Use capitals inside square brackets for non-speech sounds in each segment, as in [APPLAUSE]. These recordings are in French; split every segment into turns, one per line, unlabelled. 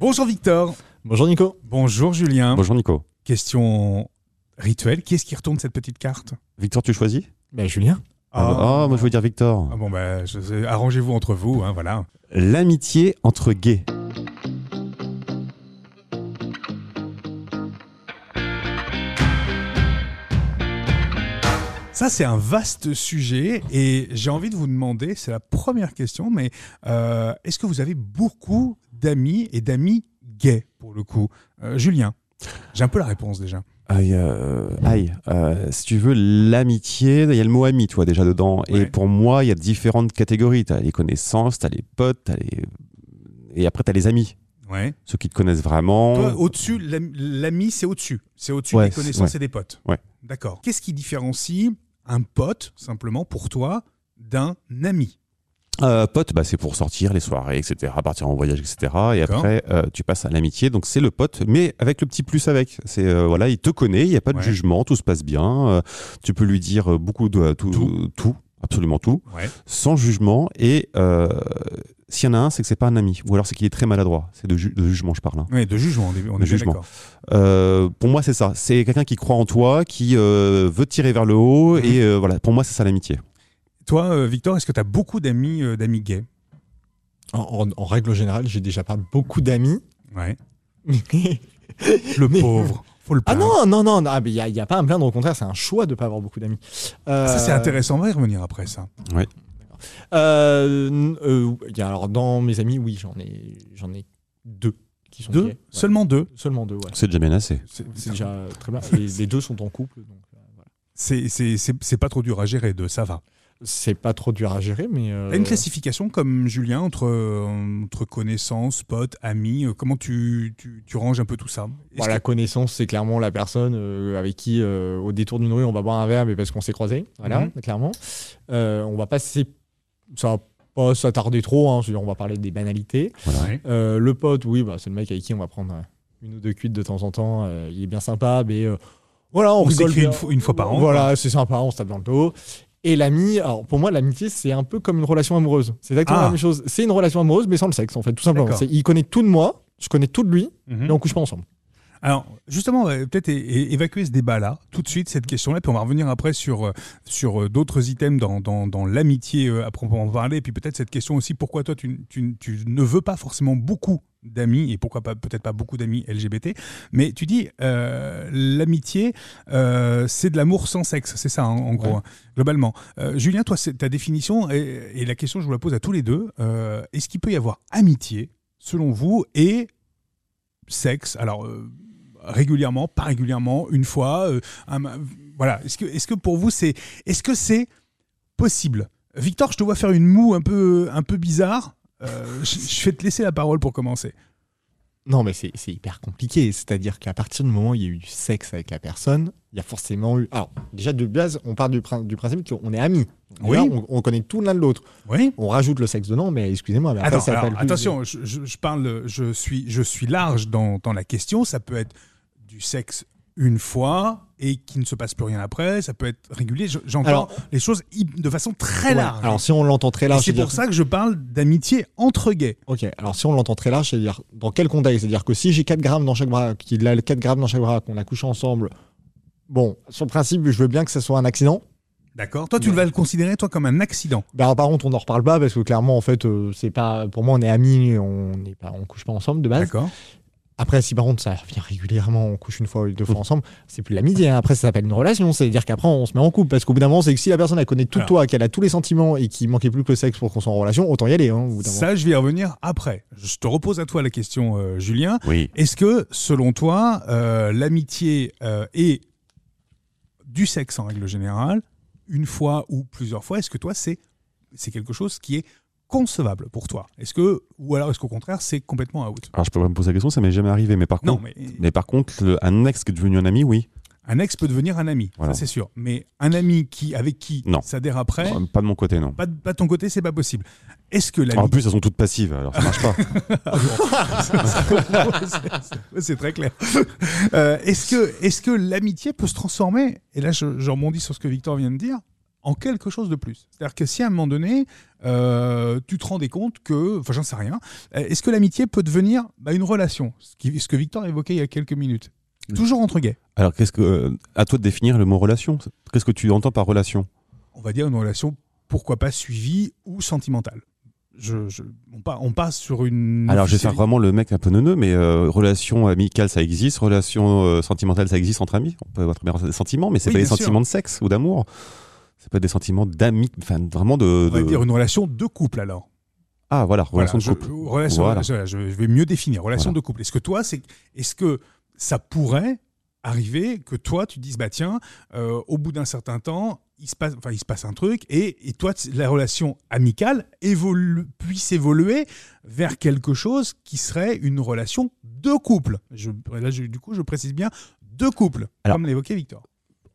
Bonjour Victor.
Bonjour Nico.
Bonjour Julien.
Bonjour Nico.
Question rituelle. Qui est-ce qui retourne cette petite carte
Victor, tu choisis
Ben Julien.
Ah, bah- ah, moi je veux dire Victor.
Ah bon, bah, je- je- arrangez-vous entre vous, hein, voilà.
L'amitié entre gays.
Ça, c'est un vaste sujet et j'ai envie de vous demander, c'est la première question, mais euh, est-ce que vous avez beaucoup d'amis et d'amis gays, pour le coup Euh, Julien, j'ai un peu la réponse déjà.
Aïe, euh, aïe. Euh, si tu veux, l'amitié, il y a le mot ami, tu vois, déjà dedans.
Ouais.
Et pour moi, il y a différentes catégories. T'as les connaissances, t'as les potes, t'as les... Et après, t'as les amis.
Ouais.
Ceux qui te connaissent vraiment.
Toi, au-dessus, l'am- l'ami, c'est au-dessus. C'est au-dessus
Ouais,
des connaissances et des potes.
Ouais.
D'accord. Qu'est-ce qui différencie un pote, simplement, pour toi, d'un ami
Euh, potes, bah, c'est pour sortir, les soirées, etc., partir en voyage, etc. Et
D'accord.
après, euh, tu passes à l'amitié. Donc, c'est le pote, mais avec le petit plus avec. C'est euh, voilà, il te connaît, il n'y a pas de
Ouais.
jugement, tout se passe bien. Euh, tu peux lui dire euh, beaucoup de tout,
Tout.
tout, absolument tout,
Ouais.
sans jugement. Et euh, s'il y en a un, c'est que c'est pas un ami, ou alors c'est qu'il est très maladroit. C'est de, ju- de jugement, je parle. hein.
Ouais, de jugement, on est, on est
De
bien
jugement.
d'accord.
Euh, pour moi, c'est ça. C'est quelqu'un qui croit en toi, qui euh, veut te tirer vers le haut.
Mhm.
Et euh, voilà, pour moi, c'est ça l'amitié.
Toi, euh, Victor, est-ce que tu as beaucoup d'amis euh, d'amis gays
En, en- en règle générale, j'ai déjà pas beaucoup
[LAUGHS]
d'amis.
Ouais.
le
Le pauvre. [LAUGHS] Faut le
Ah
plaindre.
non, non, non, non, ah, mais il n'y a, il y a pas à me plaindre, au contraire, c'est un choix de ne pas avoir beaucoup d'amis. Euh,
Ça, c'est intéressant. On va y revenir après, ça.
euh, n- euh, il y a- alors, dans mes amis, oui, j'en ai, j'en ai deux qui sont
Deux
gays. Ouais.
Seulement deux
Seulement deux, ouais.
C'est déjà bien assez.
C'est-
C'est
c'est-
déjà euh, très bien. Les, les deux sont en couple, donc euh, voilà.
C'est c'est- c'est- c'est pas trop dur à gérer, deux, ça va.
C'est pas trop dur à gérer, mais. euh,
T'as une classification comme Julien entre, euh, entre connaissances, potes, amis euh, Comment tu, tu, tu ranges un peu tout ça Est-ce
Bon, la connaissance, c'est clairement la personne euh, avec qui, euh, au détour d'une rue, on va boire un verre, mais parce qu'on s'est croisé. Voilà,
Mhm.
clairement. Euh, on va pas s'é- ça va pas s'attarder trop. hein, je veux dire, on va parler des banalités.
que- Ouais.
Euh, le pote, oui, bah, c'est le mec avec qui on va prendre euh, une ou deux cuites de temps en temps. euh, il est bien sympa, mais euh, voilà, on,
On
rigole
s'écrit
bien.
une fois- une fois par an,
Voilà, c'est sympa, on se tape dans le dos. Et l'ami, alors pour moi, l'amitié, c'est un peu comme une relation amoureuse. C'est exactement
Ah.
la même chose. C'est une relation amoureuse, mais sans le sexe, en fait, tout simplement.
D'accord.
C'est- Il connaît tout de moi, je connais tout de lui,
Mhm.
mais on couche pas ensemble.
Alors, justement, on va peut-être é- é- évacuer ce débat-là, tout de suite, cette question-là, puis on va revenir après sur, euh, sur euh, d'autres items dans, dans, dans l'amitié euh, à proprement parler, et puis peut-être cette question aussi, pourquoi toi, tu, tu- tu ne veux pas forcément beaucoup d'amis, et pourquoi pas peut-être pas beaucoup d'amis LGBT, mais tu dis, euh, l'amitié, euh, c'est de l'amour sans sexe, c'est ça, hein, en gros,
Ouais.
hein, globalement. Euh, Julien, toi, c'est ta définition, et, et la question, je vous la pose à tous les deux, euh, est-ce qu'il peut y avoir amitié, selon vous, et sexe Alors, euh, régulièrement, pas régulièrement, une fois, euh, un ma- voilà. Est-ce que, est-ce que pour vous c'est, est-ce que c'est possible Victor, je te vois faire une moue un peu, un peu bizarre. Euh, je, je vais te laisser la parole pour commencer.
Non, mais c'est c'est hyper compliqué. C'est-à-dire qu'à partir du moment où il y a eu du sexe avec la personne, il y a forcément eu. Alors, déjà, de base, on part du, prin- du principe qu'on est amis.
Oui.
Là, on, on connaît tout l'un de l'autre.
Oui.
On rajoute le sexe dedans, mais excusez-moi, mais après,
Attends,
ça
alors,
s'appelle plus-
attention, je, je- je parle, je suis, je suis large dans, dans la question. Ça peut être du sexe une fois et qui ne se passe plus rien après. Ça peut être régulier. Je- J'entends
Alors-
les choses hy- de façon très
Ouais.
large.
Alors, si on l'entend très
Et
large,
c'est
c'est-à-dire-
pour ça que je parle d'amitié entre gays.
Ok, alors si on l'entend très large, c'est-à-dire dans quel contexte C'est-à-dire que si j'ai 4 grammes dans chaque bras, qu'il a 4 grammes dans chaque bras, qu'on a couché ensemble, bon, sur le principe, je veux bien que ce soit un accident.
D'accord. Toi, tu vas le considérer toi comme un accident.
Ben, alors, par contre, on n'en reparle pas parce que clairement, en fait, euh, c'est pas. Pour moi, on est amis, on n'est pas, on couche pas ensemble de base.
D'accord.
Après, si par contre ça revient régulièrement, on couche une fois ou deux fois ensemble, c'est plus l'amitié. hein. Après, ça s'appelle une relation. C'est-à-dire qu'après, on se met en couple. Parce qu'au bout d'un moment, c'est que si la personne, elle connaît tout de
Alors.
toi, qu'elle a tous les sentiments et qu'il manquait plus que le sexe pour qu'on soit en relation, autant y aller. hein, au bout d'un moment.
Ça, je vais y revenir après. Je te repose à toi la question, euh, Julien.
Oui.
Est-ce que, selon toi, euh, l'amitié euh, est du sexe en règle générale, une fois ou plusieurs fois Est-ce que toi, c'est c'est quelque chose qui est concevable pour toi Est-ce que ou alors est-ce qu'au contraire, c'est complètement out
Alors, je peux pas me poser la question, ça m'est jamais arrivé, mais par
Non,
contre.
mais
Mais par contre, le- un ex qui est devenu un ami, oui.
un ex peut devenir un ami,
Voilà.
ça c'est sûr. Mais un ami qui avec qui
Non.
ça déraperait,
Euh, Pas de mon côté, non.
pas de, pas de ton côté, c'est pas possible. Est-ce que l'ami
En plus, elles sont toutes passives, alors
[LAUGHS]
ça marche pas.
Ouais, C'est très clair. Euh, est-ce que, est-ce que l'amitié peut se transformer Et là, je, je rebondis sur ce que Victor vient de dire. en quelque chose de plus. C'est-à-dire que si à un moment donné, euh, tu te rendais compte que, enfin j'en sais rien, euh, est-ce que l'amitié peut devenir bah, une relation ce, qui- ce que Victor évoquait il y a quelques minutes.
Mm.
Toujours entre gays.
Alors, qu'est-ce que. euh, à toi de définir le mot relation. Qu'est-ce que tu entends par relation
On va dire une relation, pourquoi pas suivie ou sentimentale. Je, je- on, pa- on passe sur une.
Alors, je vais faire vraiment le mec un peu neuneux, mais euh, relation amicale, ça existe. Relation euh, sentimentale, ça existe entre amis. On peut avoir des sentiments, mais c'est
Oui,
pas des
bien sûr.
sentiments de sexe ou d'amour. C'est pas des sentiments d'ami. Enfin, vraiment de.
On va
de-
dire une relation de couple alors.
Ah, voilà,
Voilà,
relation
je-
de couple.
relation-
Voilà.
je, je vais mieux définir relation
Voilà.
de couple. Est-ce que toi, c'est, est-ce que ça pourrait arriver que toi, tu te dises, bah tiens, euh, au bout d'un certain temps, il se passe, enfin, il se passe un truc, et, et toi, t- la relation amicale évolue, puisse évoluer vers quelque chose qui serait une relation de couple. Je, là, je- du coup, je précise bien de couple,
Alors-
comme l'évoquait Victor.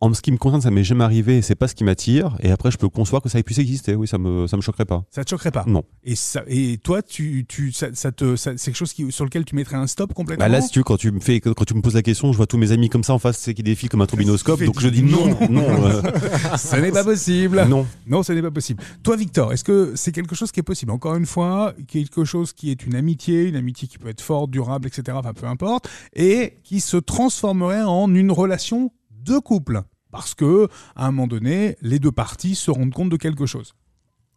En ce qui me concerne, ça m'est jamais arrivé, c'est pas ce qui m'attire, et après je peux concevoir que ça puisse exister, oui, ça me, ça me choquerait pas.
Ça te choquerait pas
Non.
Et, ça, et toi, tu, tu, ça, ça te, ça- c'est quelque chose qui, sur lequel tu mettrais un stop complètement
Bah là, si tu veux, quand tu me fais, quand tu me poses la question, je vois tous mes amis comme ça en face, c'est qui défilent comme un turbinoscope,
Tu fais
donc je dis non, non,
[LAUGHS]
euh,
Ce n'est pas possible.
non.
Non, ce n'est pas possible. Toi, Victor, est-ce que c'est quelque chose qui est possible Encore une fois, quelque chose qui est une amitié, une amitié qui peut être forte, durable, etc. Enfin, peu importe, et qui se transformerait en une relation de couple, parce que à un moment donné, les deux parties se rendent compte de quelque chose.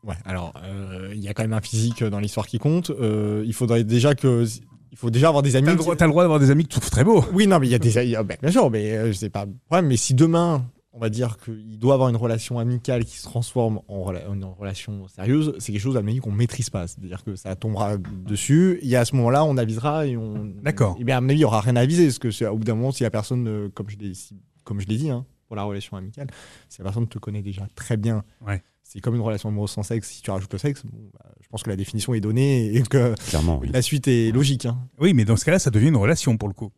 Ouais, alors euh, il y a quand même un physique dans l'histoire qui compte. Euh, il faudrait déjà que il faut déjà avoir des amis.
T'as le
qui-
droit, t'as le droit d'avoir des amis que tu trouves très beaux.
Oui, non, mais il y a des ah, ben, bien sûr, mais euh, c'est pas le problème. Mais si demain on va dire qu'il doit avoir une relation amicale qui se transforme en, rela- en relation sérieuse, c'est quelque chose à mon avis qu'on maîtrise pas. C'est-à-dire que ça tombera dessus. Et à ce moment-là, on avisera et on.
D'accord.
Et bien à mon avis, il y aura rien à aviser parce que c'est- au bout d'un moment, si la personne, euh, comme je l'ai si- comme je l'ai dit, hein, pour la relation amicale, si la personne te connaît déjà très bien c'est comme une relation amoureuse sans sexe. Si tu rajoutes le sexe, bon, bah, je pense que la définition est donnée et que
Clairement, oui.
la suite est logique. hein.
Oui, mais dans ce cas-là, ça devient une relation pour le coup.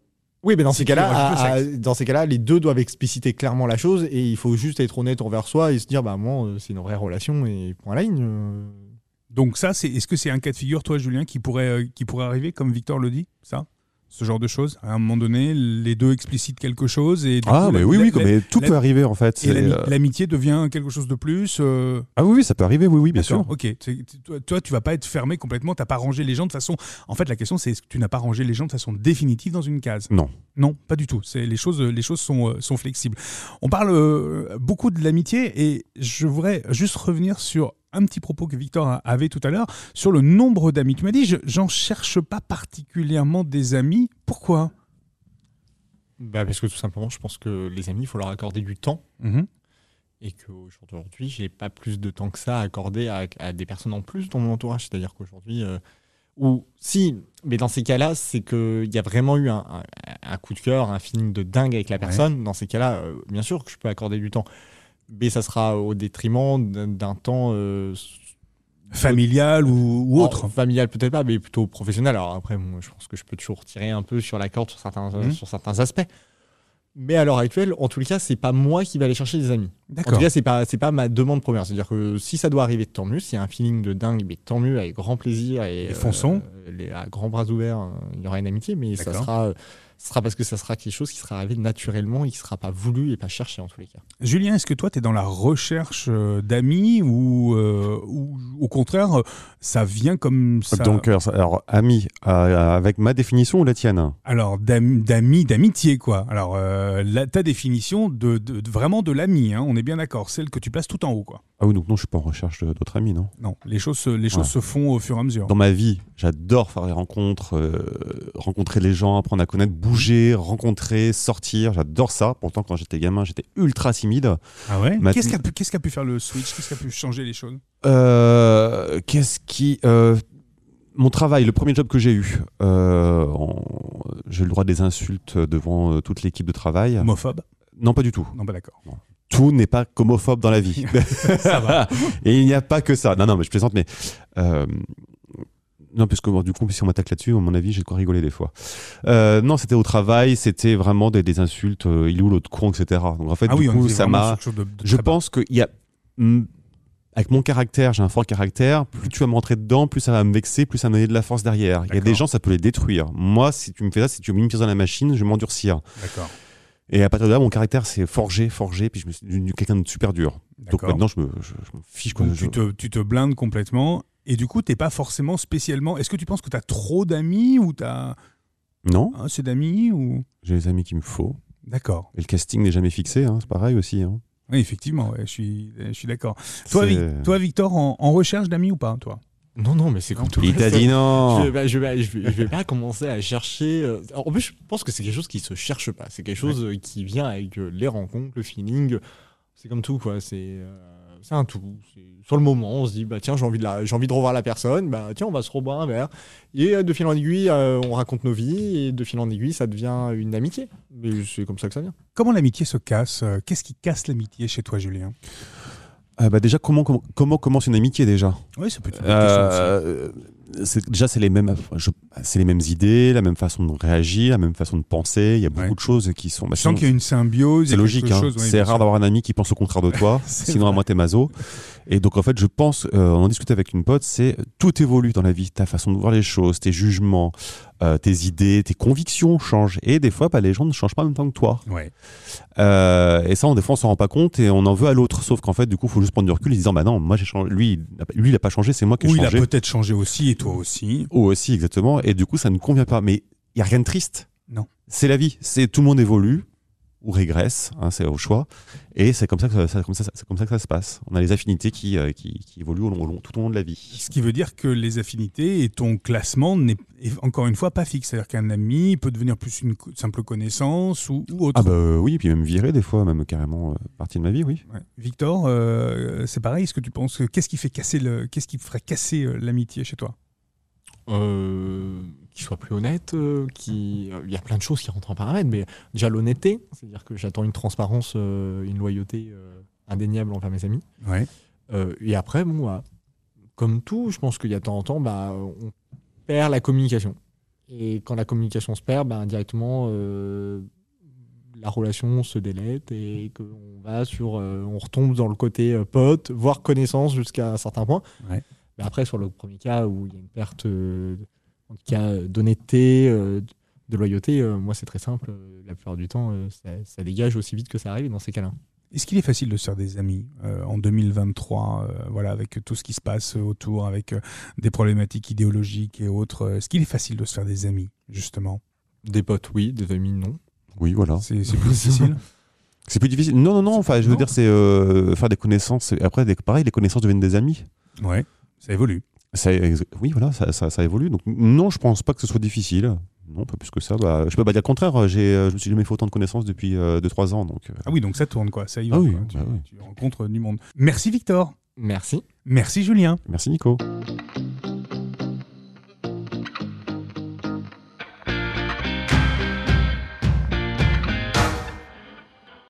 Oui, mais dans
Si
ces
tu
cas-là,
rajoutes le
à- à- dans ces cas-là, les deux doivent expliciter clairement la chose et il faut juste être honnête envers soi et se dire, bah moi, euh, c'est une vraie relation et point à la ligne. euh.
Donc ça, c'est est-ce que c'est un cas de figure, toi, Julien, qui pourrait, euh, qui pourrait arriver, comme Victor le dit, ça ce genre de choses, à un moment donné, les deux explicitent quelque chose et du
Ah,
coup,
mais
la-
oui,
la-
oui,
la-
mais tout
la-
peut arriver en fait.
Et
c'est,
l'ami-
euh,
l'amitié devient quelque chose de plus euh,
Ah oui, oui, ça peut arriver, oui, oui, bien sûr.
d'accord, Ok. C'est- c'est- Toi, toi, tu vas pas être fermé complètement. T'as pas rangé les gens de façon. En fait, la question, c'est est-ce que tu n'as pas rangé les gens de façon définitive dans une case
Non.
Non, pas du tout. C'est les choses. Les choses sont euh, sont flexibles. On parle euh, beaucoup de l'amitié et je voudrais juste revenir sur un petit propos que Victor a- avait tout à l'heure sur le nombre d'amis. Tu m'as dit, je- j'en cherche pas particulièrement des amis. Pourquoi
Bah, parce que tout simplement, je pense que les amis, il faut leur accorder du temps
Mhm.
et qu'aujourd'hui, j'ai pas plus de temps que ça à accorder à, à des personnes en plus dans mon entourage. C'est-à-dire qu'aujourd'hui, euh, ou si, mais dans ces cas-là, c'est qu'il y a vraiment eu un, un- un coup de cœur, un feeling de dingue avec la personne. Dans ces cas-là, euh, bien sûr que je peux accorder du temps, mais ça sera au détriment d'un- d'un temps euh,
Familial ou, ou autre.
alors, familial peut-être pas, mais plutôt professionnel. Alors après, moi, je pense que je peux toujours tirer un peu sur la corde sur certains, euh,
Mhm.
sur certains aspects. Mais à l'heure actuelle, en tout cas, c'est pas moi qui vais aller chercher des amis. En
D'accord.
tout cas, c'est pas c'est pas ma demande première. C'est-à-dire que si ça doit arriver, tant mieux. S'il y a un feeling de dingue, mais tant mieux, avec grand plaisir et
Les fonçons.
euh, les, à grands bras ouverts, euh, il y aura une amitié, mais ça
D'accord.
sera euh, ce sera parce que ça sera quelque chose qui sera arrivé naturellement et qui sera pas voulu et pas cherché en tous les cas.
Julien, est-ce que toi, tu es dans la recherche euh, d'amis ou, euh, ou au contraire, euh, ça vient comme ça
Donc, euh, ça- alors, ami, euh, avec ma définition ou la tienne
Alors, d'am- d'amis, d'amitié, quoi. Alors, euh, la- ta définition de, de- de- vraiment de l'ami, hein, on est bien d'accord, celle que tu places tout en haut, quoi.
Ah oui, donc non, je suis pas en recherche de- d'autres amis, non
Non, les choses, se- les choses se
Ouais.
font au fur et à mesure.
Dans ma vie, j'adore faire des rencontres, euh, rencontrer les gens, apprendre à connaître, bouger, rencontrer, sortir, j'adore ça. Pourtant, quand j'étais gamin, j'étais ultra timide.
ah ouais
Maintenant-
Qu'est-ce qu'a pu, qu'est-ce qu'a pu faire le switch Qu'est-ce qu'a pu changer les choses
Euh, qu'est-ce qui. euh, mon travail, le premier job que j'ai eu, euh, en- j'ai eu le droit à des insultes devant euh, toute l'équipe de travail.
Homophobe
Non, pas du tout.
Non, pas d'accord.
Tout n'est pas homophobe dans la vie.
[LAUGHS] ça va.
[LAUGHS] Et il n'y a pas que ça. Non, non, mais je plaisante, mais. euh, non, parce que bon, du coup, si on m'attaque là-dessus, à mon avis, j'ai de quoi rigoler des fois. Euh, non, c'était au travail, c'était vraiment des, des insultes, euh, il est où l'autre con, etc. Donc en fait,
Ah
du
oui, on
coup,
est
ça
vraiment
m'a.
sur quelque chose de- de
Je
très bas.
pense qu'il y a. hmm, Avec mon caractère, j'ai un fort caractère.
Mhm.
Plus tu vas me rentrer dedans, plus ça va me vexer, plus ça va me donner de la force derrière. Il y a
D'accord.
des gens, ça peut les détruire. Moi, si tu me fais ça, si tu mets une pièce dans la machine, je vais m'endurcir.
D'accord.
Et à partir de là, mon caractère s'est forgé, forgé, puis je me suis devenu quelqu'un de super dur. Donc
D'accord.
maintenant, je me, je, je m'en fiche. Quoi,
Donc,
Je-
tu, te, tu te blindes complètement. Et du coup, t'es pas forcément spécialement. Est-ce que tu penses que t'as trop d'amis ou t'as
Non,
as assez d'amis ou
j'ai les amis qu'il me faut.
D'accord.
Et le casting n'est jamais fixé, hein, c'est pareil aussi. hein.
Oui, effectivement, ouais, je suis, je suis d'accord. Toi,
C'est-
Vic- toi, Victor, en, en recherche d'amis ou pas, toi
Non, non, mais c'est comme tout. le
Il t'a
reste.
dit
Je vais,
non
pas- je, vais, je vais- je vais pas commencer à chercher. euh, alors, en plus, je pense que c'est quelque chose qui se cherche pas. C'est quelque chose euh, qui vient avec euh, les rencontres, le feeling. C'est comme tout, quoi. C'est euh, c'est un tout. C'est- Sur le moment, on se dit, bah tiens, j'ai envie, de la- j'ai envie de revoir la personne. Bah tiens, on va se revoir un verre. Et euh, de fil en aiguille, euh, on raconte nos vies. Et de fil en aiguille, ça devient une amitié. Mais c'est comme ça que ça vient.
Comment l'amitié se casse Euh, Qu'est-ce qui casse l'amitié chez toi, Julien
Ah bah Déjà, comment, comment, comment commence une amitié déjà
Oui, ça peut être une
Euh, c'est- déjà, c'est les mêmes, je- c'est les mêmes idées, la même façon de réagir, la même façon de penser. Il y a beaucoup
Ouais.
de choses qui sont. bah,
Je sens qu'il y a une symbiose.
c'est
il y a
logique.
quelque
hein.
chose, ouais,
c'est
bien
rare
sûr.
d'avoir un ami qui pense au contraire
[LAUGHS]
de toi.
C'est
sinon, à
vrai.
moi, t'es maso. Et donc, en fait, je pense, euh, on en discutait avec une pote, c'est euh, tout évolue dans la vie. Ta façon de voir les choses, tes jugements, euh, tes idées, tes convictions changent. Et des fois, bah, les gens ne changent pas en même temps que toi.
Ouais.
Euh, et ça, on, des fois, on s'en rend pas compte et on en veut à l'autre. Sauf qu'en fait, du coup, il faut juste prendre du recul et se dire, bah non, moi, j'ai changé. Lui, il a pas- lui, il a pas changé, c'est moi qui ai
Ou il a
changé.
peut-être changé aussi, et toi aussi.
Oh, aussi, exactement. Et du coup, ça ne convient pas. Mais il n'y a rien de triste.
Non.
C'est la vie. C'est tout le monde évolue ou régresse. hein, c'est au choix. Et c'est comme ça que ça, ça- comme ça, c'est comme ça que ça se passe. On a les affinités qui, euh, qui, qui évoluent au long, au long- tout au long de la vie.
Ce qui veut dire que les affinités et ton classement n'est est encore une fois pas fixe. C'est-à-dire qu'un ami peut devenir plus une co- simple connaissance ou, ou autre.
Ah bah euh, oui, puis même virer des fois, même carrément euh, partie de ma vie, oui.
Ouais. Victor, euh, c'est pareil. Est-ce que tu penses que qu'est-ce qui fait casser le, qu'est-ce qui ferait casser euh, l'amitié chez toi
euh, qui soit plus honnête, euh, qui euh, il y a plein de choses qui rentrent en paramètre, mais déjà l'honnêteté, c'est-à-dire que j'attends une transparence, euh, une loyauté euh, indéniable envers mes amis.
Ouais.
Euh, et après, bon, bah, comme tout, je pense qu'il y a de temps en temps, bah, on perd la communication. Et quand la communication se perd, bah, directement, euh, la relation se délète et qu'on va sur, euh, on retombe dans le côté euh, pote, voire connaissance jusqu'à un certain point.
Ouais.
Mais après, sur le premier cas où il y a une perte, euh, en tout cas, euh, d'honnêteté, euh, de loyauté, euh, moi, c'est très simple. Euh, La plupart du temps, euh, ça, ça dégage aussi vite que ça arrive dans ces cas-là.
Est-ce qu'il est facile de se faire des amis euh, en 2023, euh, voilà, avec tout ce qui se passe autour, avec euh, des problématiques idéologiques et autres euh, Est-ce qu'il est facile de se faire des amis, justement
Des potes, oui, des amis, non.
Oui, voilà.
C'est c'est [LAUGHS] plus difficile
C'est plus difficile. Non, non, non. Enfin, je veux
Non.
dire, c'est euh, faire des connaissances. Et Après, des- pareil, les connaissances deviennent des amis.
Ouais, ça évolue.
Ça, ex- oui, voilà, ça, ça, ça évolue. Donc, non, je pense pas que ce soit difficile. Non, pas plus que ça. Bah, je peux pas dire le contraire. J'ai, euh, je me suis jamais fait autant de connaissances depuis 2-3 ans. Donc, euh,
Ah oui, donc ça tourne, quoi. Ça y va.
Ah oui,
quoi. Tu,
bah oui.
tu rencontres du monde. Merci, Victor.
Merci.
Merci, Julien.
merci Nico.